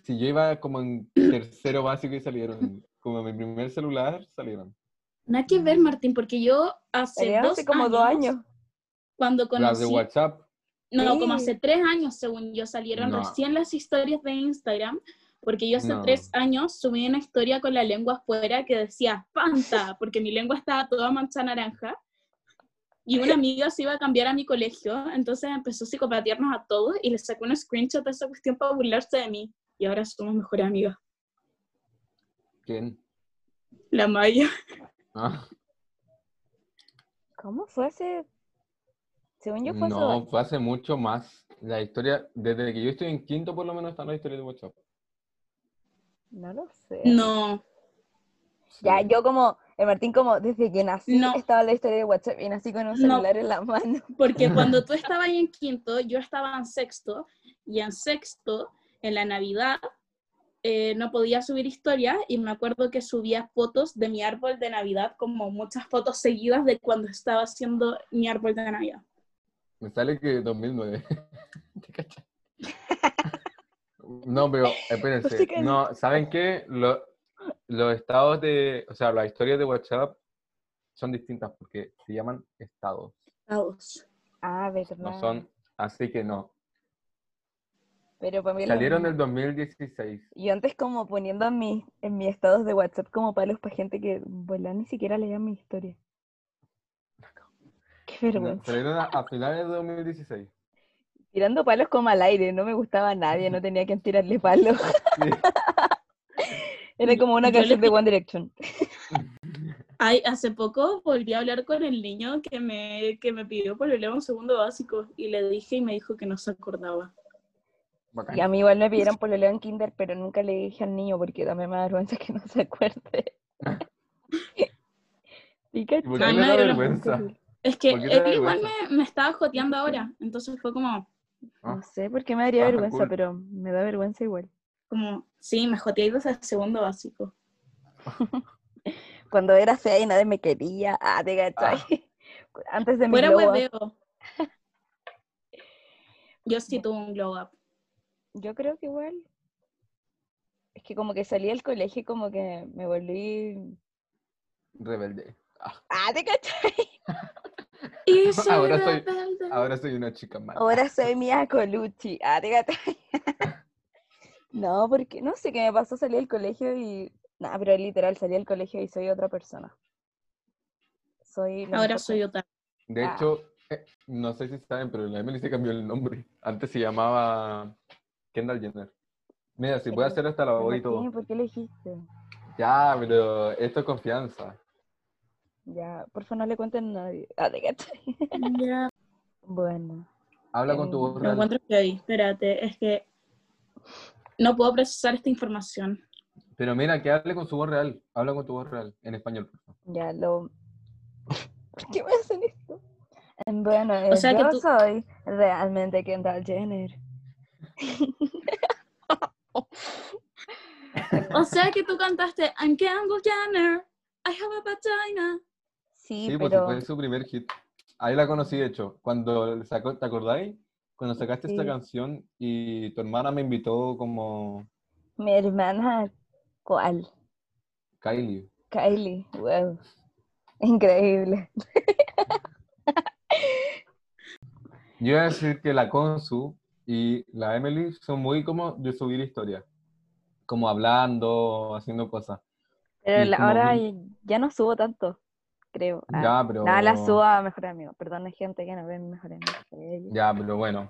S2: Si yo iba como en tercero básico y salieron, como en mi primer celular salieron.
S3: Nada que ver, Martín, porque yo hace
S1: Salieron
S3: dos
S1: hace como dos años.
S3: cuando
S2: Las de
S3: conocí
S2: WhatsApp.
S3: No, como
S1: Sí.
S3: hace tres años, según yo, salieron
S2: No.
S3: recién las historias de Instagram, porque yo hace
S2: No.
S3: tres años subí una historia con la lengua afuera que decía Fanta, porque mi lengua estaba toda mancha naranja. Y una amiga se iba a cambiar a mi colegio, entonces empezó a psicopatearnos a todos y le sacó un screenshot de esa cuestión para burlarse de mí. Y ahora somos mejores amigas.
S2: ¿Quién?
S3: La Maya.
S2: Ah,
S1: ¿Cómo fue hace? Según yo fue hace dos
S2: no,
S1: años.
S2: fue hace mucho más. La historia, desde que yo estoy en quinto por lo menos están las historias de WhatsApp.
S1: No lo sé.
S3: No,
S2: Sí.
S1: Ya, yo como, el Martín como desde que nací
S3: No.
S1: estaba la historia de WhatsApp y nací con un
S3: No.
S1: celular en la mano.
S3: Porque cuando tú estabas ahí en quinto, yo estaba en sexto, y en sexto, en la Navidad, eh, no podía subir historias, y me acuerdo que subía fotos de mi árbol de Navidad, como muchas fotos seguidas de cuando estaba haciendo mi árbol de Navidad.
S2: Me sale que 2009. ¿Te cachas? No, pero espérense.
S1: Música en-
S2: No, ¿saben qué? Lo- los estados de, o sea, las historias de WhatsApp son distintas porque se llaman estados.
S3: Caos.
S1: Ah, verdad.
S2: No son, así que no.
S1: Pero para mí lo
S2: Salieron
S1: mismo.
S2: del 2016.
S1: Yo antes como poniendo en mis, en mis estados de WhatsApp como palos para gente que, bueno, ni siquiera leía mi historia. Qué
S2: No,
S1: vergüenza.
S2: salieron a, a finales de 2016.
S1: Tirando palos como al aire, no me gustaba a nadie, no tenía quien tirarle palos.
S2: Sí.
S1: Era como una
S3: Yo le
S1: canción de
S3: pi-
S1: One Direction.
S3: Ay, hace poco volví a hablar con el niño que me, que me pidió por leer un segundo básico, y le dije y me dijo que no se acordaba.
S2: Bacán.
S1: Y a mí igual me pidieron por pololeo en kinder, pero nunca le dije al niño porque también me da vergüenza que no se acuerde. ¿Y
S2: ¿Y por qué
S3: Ay,
S2: le
S3: me
S2: da
S3: dio la
S2: vergüenza?
S3: Es que
S2: ¿Por qué
S3: él
S2: te da
S3: igual
S2: vergüenza?
S3: me, me estaba joteando ahora, entonces fue como...
S1: No sé por qué me daría
S2: Ah,
S1: vergüenza,
S2: cool.
S1: pero me da vergüenza igual.
S3: como, sí, me joteé desde el segundo básico.
S1: Cuando era fea y nadie me quería, ah, te cachai.
S2: Ah.
S1: Antes de mi
S3: Fuera
S1: glow up.
S3: hueveo. Yo sí tuve un glow up.
S1: Yo creo que igual. Es que como que salí del colegio y como que me volví.
S2: Rebelde. Ah,
S1: Ah, te cachai.
S3: Y soy
S2: Ahora soy-
S3: rebelde.
S2: ahora soy una chica mala.
S1: Ahora soy Mia Colucci. Ah, te cachai. No, porque no sé qué me pasó, salí del colegio y. Nah, pero literal, salí del colegio y soy otra persona. Soy. la
S3: Ahora
S1: mejor
S3: soy otra.
S2: De
S1: Ah.
S2: hecho, eh, no sé si saben, pero la Emily se cambió el nombre. Antes se llamaba Kendall Jenner. Mira, si puede
S1: Pero-
S2: hacer hasta la
S1: persona.
S2: voz y
S1: Martín,
S2: todo.
S1: ¿Por qué lo dijiste?
S2: Ya, pero esto es confianza.
S1: Ya, por favor, no le cuenten a nadie. Ah, te cachai.
S3: Ya,
S1: Bueno.
S2: Habla con tu
S1: Em,
S2: voz
S3: lo
S2: real.
S3: encuentro que ahí. Espérate, es que no puedo procesar esta información.
S2: Pero mira, que hable con su voz real. Habla con tu voz real, en español. por favor.
S1: Ya lo. ¿Por qué me hacen esto? Em, Bueno, eh,
S3: sea que
S1: yo
S3: tú-
S1: soy realmente Kendall Jenner.
S3: O sea que tú cantaste I'm Kendall Jenner, I have a vagina.
S1: Sí,
S2: Sí, pues
S1: pero.
S2: fue su primer hit. Ahí la conocí, de hecho. Cuando sacó, ¿te acordáis? Cuando sacaste esta
S1: Sí.
S2: canción y tu hermana me invitó como
S1: Mi hermana, ¿cuál?
S2: Kylie.
S1: Kylie, wow. Increíble.
S2: Yo iba a decir que la Consu y la Emily son muy como de subir historias, como hablando, haciendo cosas.
S1: Pero
S2: Y
S1: la-
S2: como
S1: ahora
S2: que-
S1: ya no subo tanto, creo. Ah,
S2: Ya, pero.
S1: Nada, la subo a mejor amigo. Perdón, hay gente que no ve mi mejor amigo. Eh,
S2: Ya, pero bueno.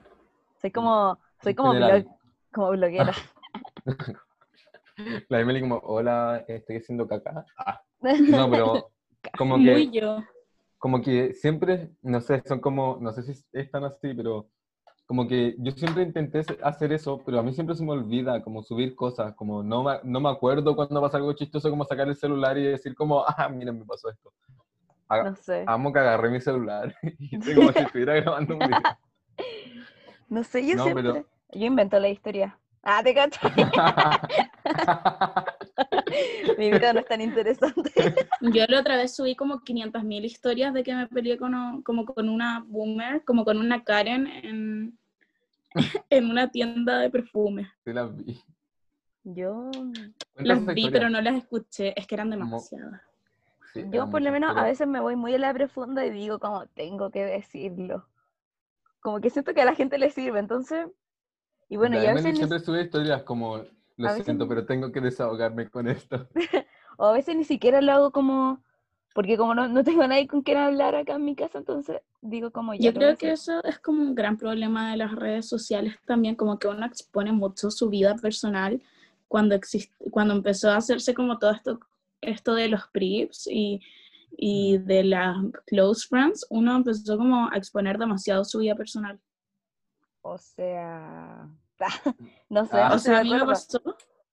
S1: Soy como, soy
S2: en
S1: como,
S2: general.
S1: blog- como bloguera.
S2: La Emily como, hola, estoy haciendo caca. Ah, no, pero como que...
S3: Muy yo.
S2: como que siempre, no sé, son como, no sé si es tan así, pero como que yo siempre intenté se- hacer eso, pero a mí siempre se me olvida como subir cosas, como no me, no me acuerdo cuando pasa algo chistoso, como sacar el celular y decir como, ah, mira, me pasó esto. Ah,
S1: No sé.
S2: Amo que agarré mi celular y estoy como si estuviera grabando un video.
S1: No sé, yo
S2: No,
S1: siempre.
S2: pero-
S1: Yo invento la historia. Ah, te cacho. mi vida no es tan interesante.
S3: Yo la otra vez subí como 500.000 historias de que me peleé con, como con una boomer, como con una Karen en, en una tienda de perfumes.
S2: Sí, las vi.
S1: Yo,
S2: Cuenta
S3: Las
S2: esa
S3: vi,
S2: historia.
S3: pero no las escuché. Es que eran
S2: Como-
S3: demasiadas.
S2: Sí,
S1: yo
S2: eran
S1: por lo
S2: muchas,
S1: menos a
S2: pero-
S1: veces me voy muy a la profunda y digo como tengo que decirlo. Como que siento que a la gente le sirve, entonces. Y bueno,
S2: la
S1: yo a
S2: Emily
S1: veces, ni,
S2: siempre sube historias como, lo
S1: a veces
S2: siento,
S1: ni-
S2: pero tengo que desahogarme con esto.
S1: o a veces ni siquiera lo hago como. Porque como no, no tengo a nadie con quien hablar acá en mi casa, entonces digo como ya.
S3: Yo
S1: lo voy a
S3: creo que
S1: hacer.
S3: eso es como un gran problema de las redes sociales también, como que uno expone mucho su vida personal cuando, exist- cuando empezó a hacerse como todo esto, esto de los prips y, y
S1: Mm.
S3: de las close friends, uno empezó como a exponer demasiado su vida personal.
S1: O sea. no sé.
S2: Ah.
S1: no
S3: O
S1: estoy
S3: sea,
S1: de
S3: a mí me
S1: acuerdo.
S3: pasó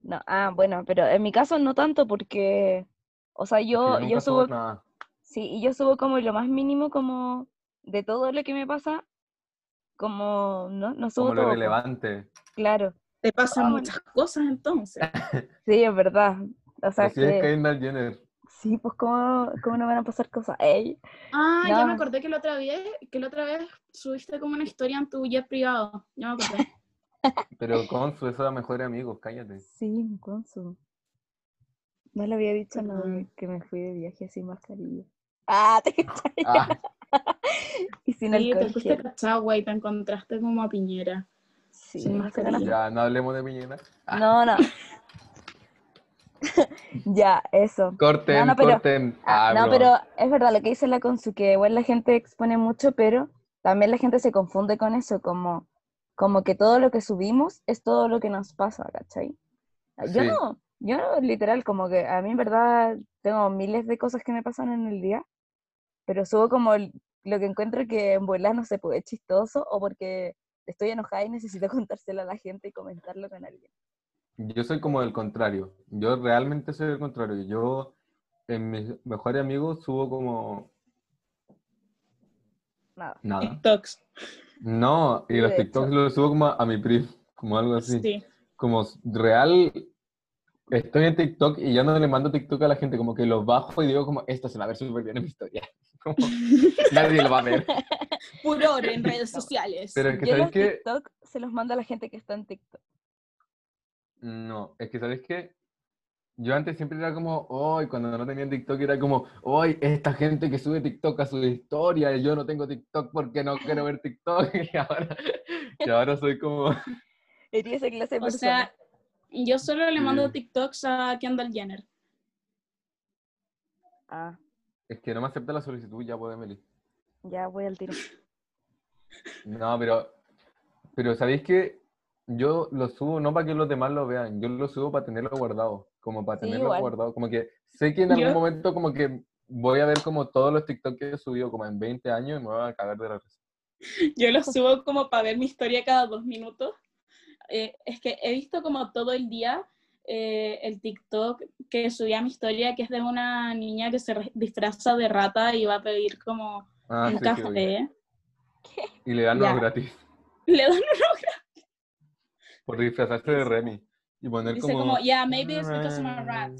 S1: No, ah, bueno, pero en mi caso no tanto porque, o sea, yo, yo
S2: nunca
S1: subo,
S2: subo nada.
S1: sí, y yo subo como lo más mínimo como de todo lo que me pasa, como, no, no subo
S2: como
S1: todo,
S2: lo
S1: po,
S2: relevante.
S1: claro,
S3: Te pasan
S1: Ah,
S3: muchas cosas entonces.
S1: sí, es verdad, o sea,
S2: Así es
S1: que,
S2: Kendall Jenner.
S1: sí, pues, ¿cómo, cómo no van a pasar cosas? Ey,
S3: Ah, ya
S1: No.
S3: me acordé que la otra vez, que la otra vez subiste como una historia en tu jet privado. Ya me acordé.
S2: Pero con su esa mejor amigo, cállate.
S1: sí, Consu, no le había dicho nada,
S3: Perdón.
S1: que me fui de viaje sin mascarilla. Ah, te cachai,
S2: Ah,
S1: y sin
S3: Sí, te
S1: alcohol
S3: fuiste
S1: gel.
S3: cachagua y te encontraste como a Piñera.
S1: Sí,
S3: sin
S1: se van a
S3: mascarilla.
S2: ya, no hablemos de Piñera. Ah,
S1: No, no. ya, eso.
S2: Corten,
S1: No, no, pero-
S2: corten.
S1: Ah,
S2: Ah,
S1: no,
S2: broma.
S1: pero es verdad lo que dice la Consu, que igual la gente expone mucho, pero también la gente se confunde con eso, como, como que todo lo que subimos es todo lo que nos pasa, ¿cachai? Ah, Yo
S2: Sí.
S1: no, yo no, literal, como que a mí en verdad tengo miles de cosas que me pasan en el día, pero subo como el- lo que encuentro que en vuelas no se puede chistoso o porque estoy enojada y necesito contárselo a la gente y comentarlo con alguien.
S2: Yo soy como el contrario. Yo realmente soy el contrario. Yo, en mis mejores amigos, subo como
S1: Nada.
S2: nada.
S3: TikToks.
S2: No, y
S1: Sí,
S2: los
S1: de hecho.
S2: TikToks los subo como a mi prif, como algo así.
S3: Sí.
S2: Como s- real, estoy en TikTok y ya no le mando TikTok a la gente, como que los bajo y digo como, esto se va a ver súper bien en mi historia. Como, nadie lo va a ver.
S3: Furor en redes sociales.
S2: Pero es que,
S1: Yo
S2: ¿sabes
S1: los
S2: qué?
S1: TikTok se los mando a la gente que está en TikTok.
S2: No, es que sabes que yo antes siempre era como, hoy cuando no tenía TikTok era como, hoy esta gente que sube TikTok a su historia y yo no tengo TikTok porque no quiero ver TikTok y ahora, y ahora soy como,
S1: Sería esa clase de
S3: o
S1: persona.
S3: sea, yo solo le mando
S2: Sí.
S3: TikToks a Kendall Jenner.
S1: Ah,
S2: es que no me acepta la solicitud ya puede Meli.
S1: ya voy al tiro.
S2: No, pero, pero sabéis que yo lo subo no para que los demás lo vean, yo lo subo para tenerlo guardado, como para
S1: Sí,
S2: tenerlo
S1: igual.
S2: guardado, como que sé que en algún
S3: Yo-
S2: momento como que voy a ver como todos los TikTok que he subido como en 20 años y me voy a cagar de la risa.
S3: Yo lo subo como para ver mi historia cada dos minutos. Eh, es que he visto como todo el día eh, el TikTok que subía mi historia, que es de una niña que se re- disfraza de rata y va a pedir como
S2: Ah, sí,
S3: un
S2: sí, oye.
S3: café.
S2: Y le dan
S3: Ya.
S2: unos gratis
S3: Le dan,
S2: por disfrazarse de Remy y poner
S3: dice
S2: como.
S3: como, yeah, maybe it's because I'm a rat.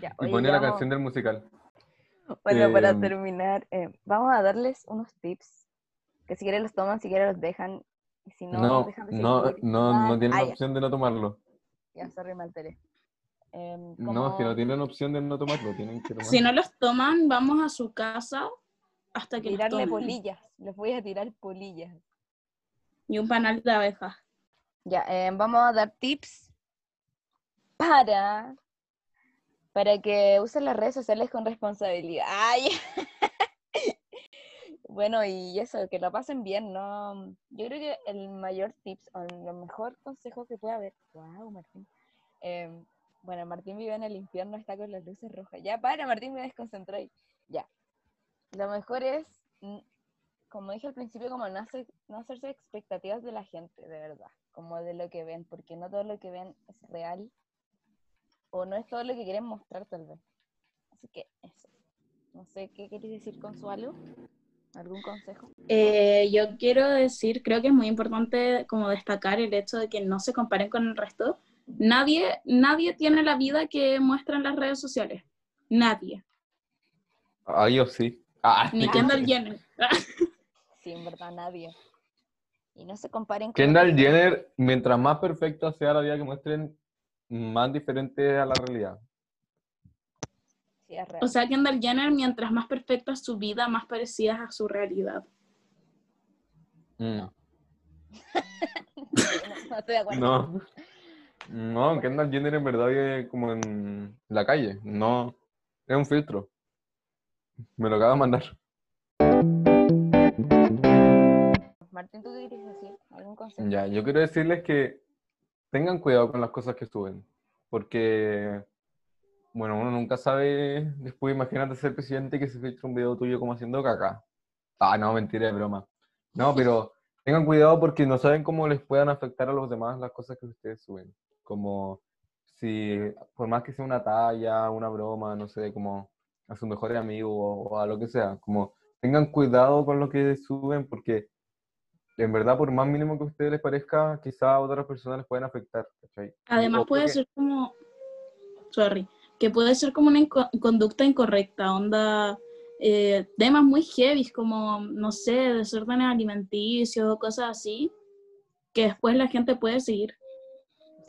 S1: Ya,
S2: Y
S1: oye,
S2: pone
S1: ya
S2: la
S1: vamos-
S2: canción del musical.
S1: Bueno, para
S2: em,
S1: terminar, eh, vamos a darles unos tips. Que si quieren los toman, si quieren los dejan. Y si no,
S2: No,
S1: dejan de
S2: no, no,
S1: seguir.
S2: no,
S1: Ah,
S2: tienen
S1: ah, ya,
S2: opción de no tomarlo.
S1: ya, sorry, me alteré. Em,
S2: No, es que
S1: como-
S2: no tienen opción de no tomarlo. Tienen que tomarlo.
S3: Si no los toman, vamos a su casa hasta que los
S1: Tirarle
S3: tomen.
S1: polillas. Les voy a tirar polillas.
S3: Y un panal de abejas.
S1: eh, Ya, em, vamos a dar tips para, para que usen las redes sociales con responsabilidad. Ay. bueno, y eso, que lo pasen bien, ¿no? Yo creo que el mayor tips, o el mejor consejo que puede haber, wow, Martín. Eh, bueno, Martín vive en el infierno, está con las luces rojas. Ya, para, Martín, me desconcentré. Ya. Lo mejor es, mm, como dije al principio, como no, hacer- no hacerse expectativas de la gente, de verdad. Como de lo que ven, porque no todo lo que ven es real. O no es todo lo que quieren mostrar, tal vez. Así que eso. No sé, ¿qué queréis decir con su algo? ¿Algún consejo?
S3: Eh, yo quiero decir, creo que es muy importante como destacar el hecho de que no se comparen con el resto. Nadie, nadie tiene la vida que muestran las redes sociales. Nadie.
S2: Ah, yo sí. Ah,
S3: Ni
S2: sí.
S3: Kendall Jenner.
S1: Sí, en verdad, nadie. Y no se comparen con...
S2: Kendall
S1: otros.
S2: Jenner, mientras más perfecta sea la vida que muestren, más diferente a la realidad.
S1: Sí, es real.
S3: O sea, Kendall Jenner, mientras más perfecta es su vida, más parecida a su realidad.
S2: Mm.
S1: no, no estoy de acuerdo.
S2: No. No, Kendall Jenner en verdad vive como en la calle. No. Es un filtro. Me lo acaba de mandar.
S1: Martín, ¿tú qué quieres decir? ¿Algún consejo?
S2: Ya, yo quiero decirles que tengan cuidado con las cosas que suben. Porque, bueno, uno nunca sabe. Después, imagínate ser presidente que se filtra un video tuyo como haciendo caca. Ah, no, mentira, es broma. No, pero tengan cuidado porque no saben cómo les puedan afectar a los demás las cosas que ustedes suben. Como si, por más que sea una talla, una broma, no sé, como a sus mejores amigos o, o a lo que sea, como tengan cuidado con lo que suben porque en verdad, por más mínimo que a ustedes les parezca, quizá a otras personas les pueden afectar. ¿cachai? Y
S3: Además
S2: obvio
S3: puede
S2: que-
S3: ser como, sorry, que puede ser como una inco- conducta incorrecta, onda, eh, temas muy heavy, como, no sé, desórdenes alimenticios, cosas así, que después la gente puede seguir.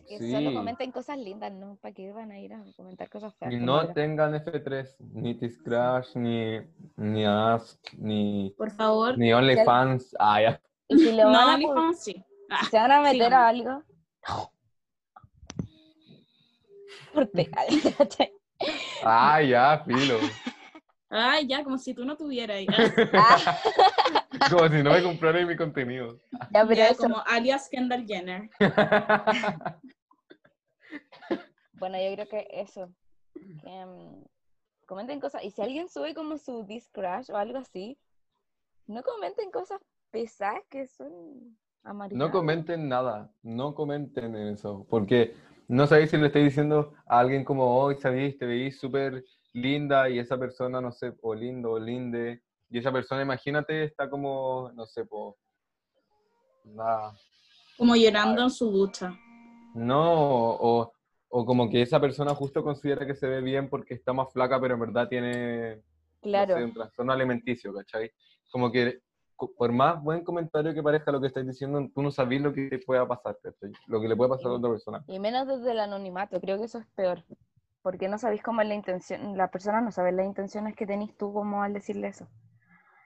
S1: Que solo
S2: Sí.
S1: comenten cosas lindas, ¿no? ¿Para qué van a ir a comentar cosas feas?
S2: Y
S1: como
S2: no
S1: otras?
S2: tengan F3, ni Tis Crash, ni, ni Ask, ni,
S3: Por favor,
S2: ni OnlyFans. Ah, ya.
S1: Y si le
S3: no
S1: van a
S3: le
S1: pu-
S3: pongan sí. Ah,
S1: ¿Se van a meter
S3: Sigamos.
S1: a algo? Corte, ¿cachai?
S2: Ah, ya, filo.
S3: Ay, ya, como si tú no tuvieras. ahí.
S1: Ah,
S2: Como si no me compraran mi contenido.
S1: ya, pero
S3: Ya,
S1: eso-
S3: como alias Kendall Jenner.
S1: Bueno, yo creo que eso. que, mm, comenten cosas. Y si alguien sube como su Discrash o algo así, no comenten cosas pesadas que son amarillas.
S2: No comenten nada, no comenten eso, porque no sabéis si le estoy diciendo a alguien como hoy, sabéis, te veís súper linda y esa persona, no sé, o lindo, o linde, y esa persona, imagínate, está como, no sé, po, nada,
S3: Como llorando en su ducha.
S2: no, o, o como que esa persona justo considera que se ve bien porque está más flaca, pero en verdad tiene no
S1: Claro.
S2: sé, un trastorno alimenticio, ¿cachai? Como que cu- por más buen comentario que parezca lo que estáis diciendo, tú no sabés lo que te pueda pasar, ¿cachai? Lo que le puede pasar a otra persona.
S1: Y menos desde el anonimato, creo que eso es peor. Porque no sabéis cómo es la intención, la persona no sabe las intenciones que tenéis tú como al decirle eso.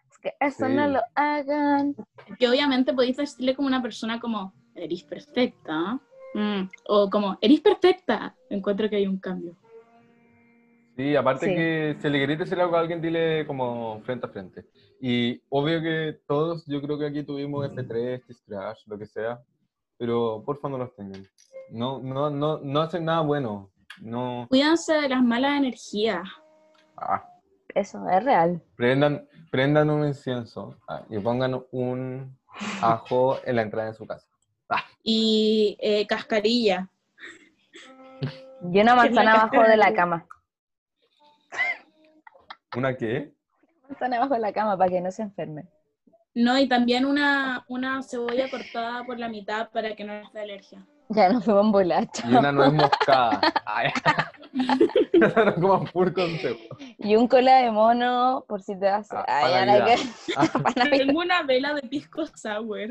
S1: Es que eso no
S2: Sí.
S1: lo hagan.
S3: que obviamente podéis decirle como una persona como, eres perfecta, mm, o como, eres perfecta, encuentro que hay un cambio.
S2: Sí, aparte
S1: Sí.
S2: que si le querés decir algo a alguien, dile como frente a frente. Y obvio que todos, yo creo que aquí tuvimos
S1: Mm.
S2: F3, Discrash, lo que sea, pero porfa no los tengan. No, no, no, no hacen nada bueno. No,
S3: Cuídense de las malas energías.
S2: ah,
S1: Eso es real.
S2: prendan, prendan un incienso ah, y pongan un ajo en la entrada de su casa.
S3: Y eh, cascarilla.
S1: Y una manzana abajo de la cama.
S2: ¿Una qué?
S1: Manzana abajo de la cama para que no se enferme.
S3: No, y también una, una cebolla cortada por la mitad para que no les dé alergia.
S1: Ya nos fuimos en volar,
S2: Y
S1: chao.
S2: una nuez moscada. Ay, eso no como pur consejo.
S1: Y un cola de mono por si te hace.
S2: Ah,
S1: Ay,
S2: para
S1: ahora que.
S2: Navidad. Ah,
S1: para Navidad.
S3: Tengo una vela de pisco sour.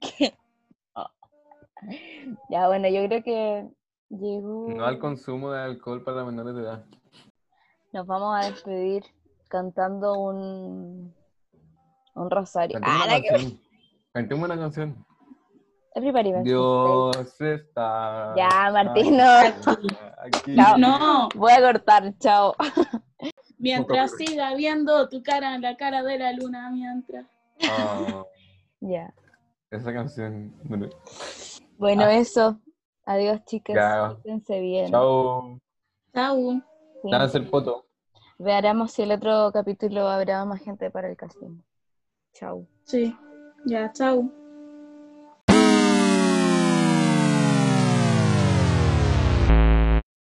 S1: Ya, bueno, yo creo que llegó.
S2: no al consumo de alcohol para menores de edad.
S1: Nos vamos a despedir cantando un. Un rosario.
S2: Cantemos
S1: Ah,
S2: una
S1: la que-
S2: canción. Cantemos una canción.
S1: Everybody wants to
S2: Dios Ah. está.
S1: stay. Ya, Martín, no.
S2: Aquí.
S1: Chao.
S3: No,
S1: Voy a cortar, chao.
S3: mientras
S2: Poco.
S3: siga viendo tu cara, la cara de la luna, mientras.
S2: Ah,
S1: Ya.
S2: esa canción.
S1: Bueno,
S2: Ah.
S1: eso. Adiós, chicas.
S2: Ya.
S1: Pórtense bien.
S2: Chao.
S3: Chau.
S1: Sí.
S2: Dance el poto.
S1: Veremos si el otro capítulo habrá más gente para el casting. Chao.
S3: Sí, ya, chau.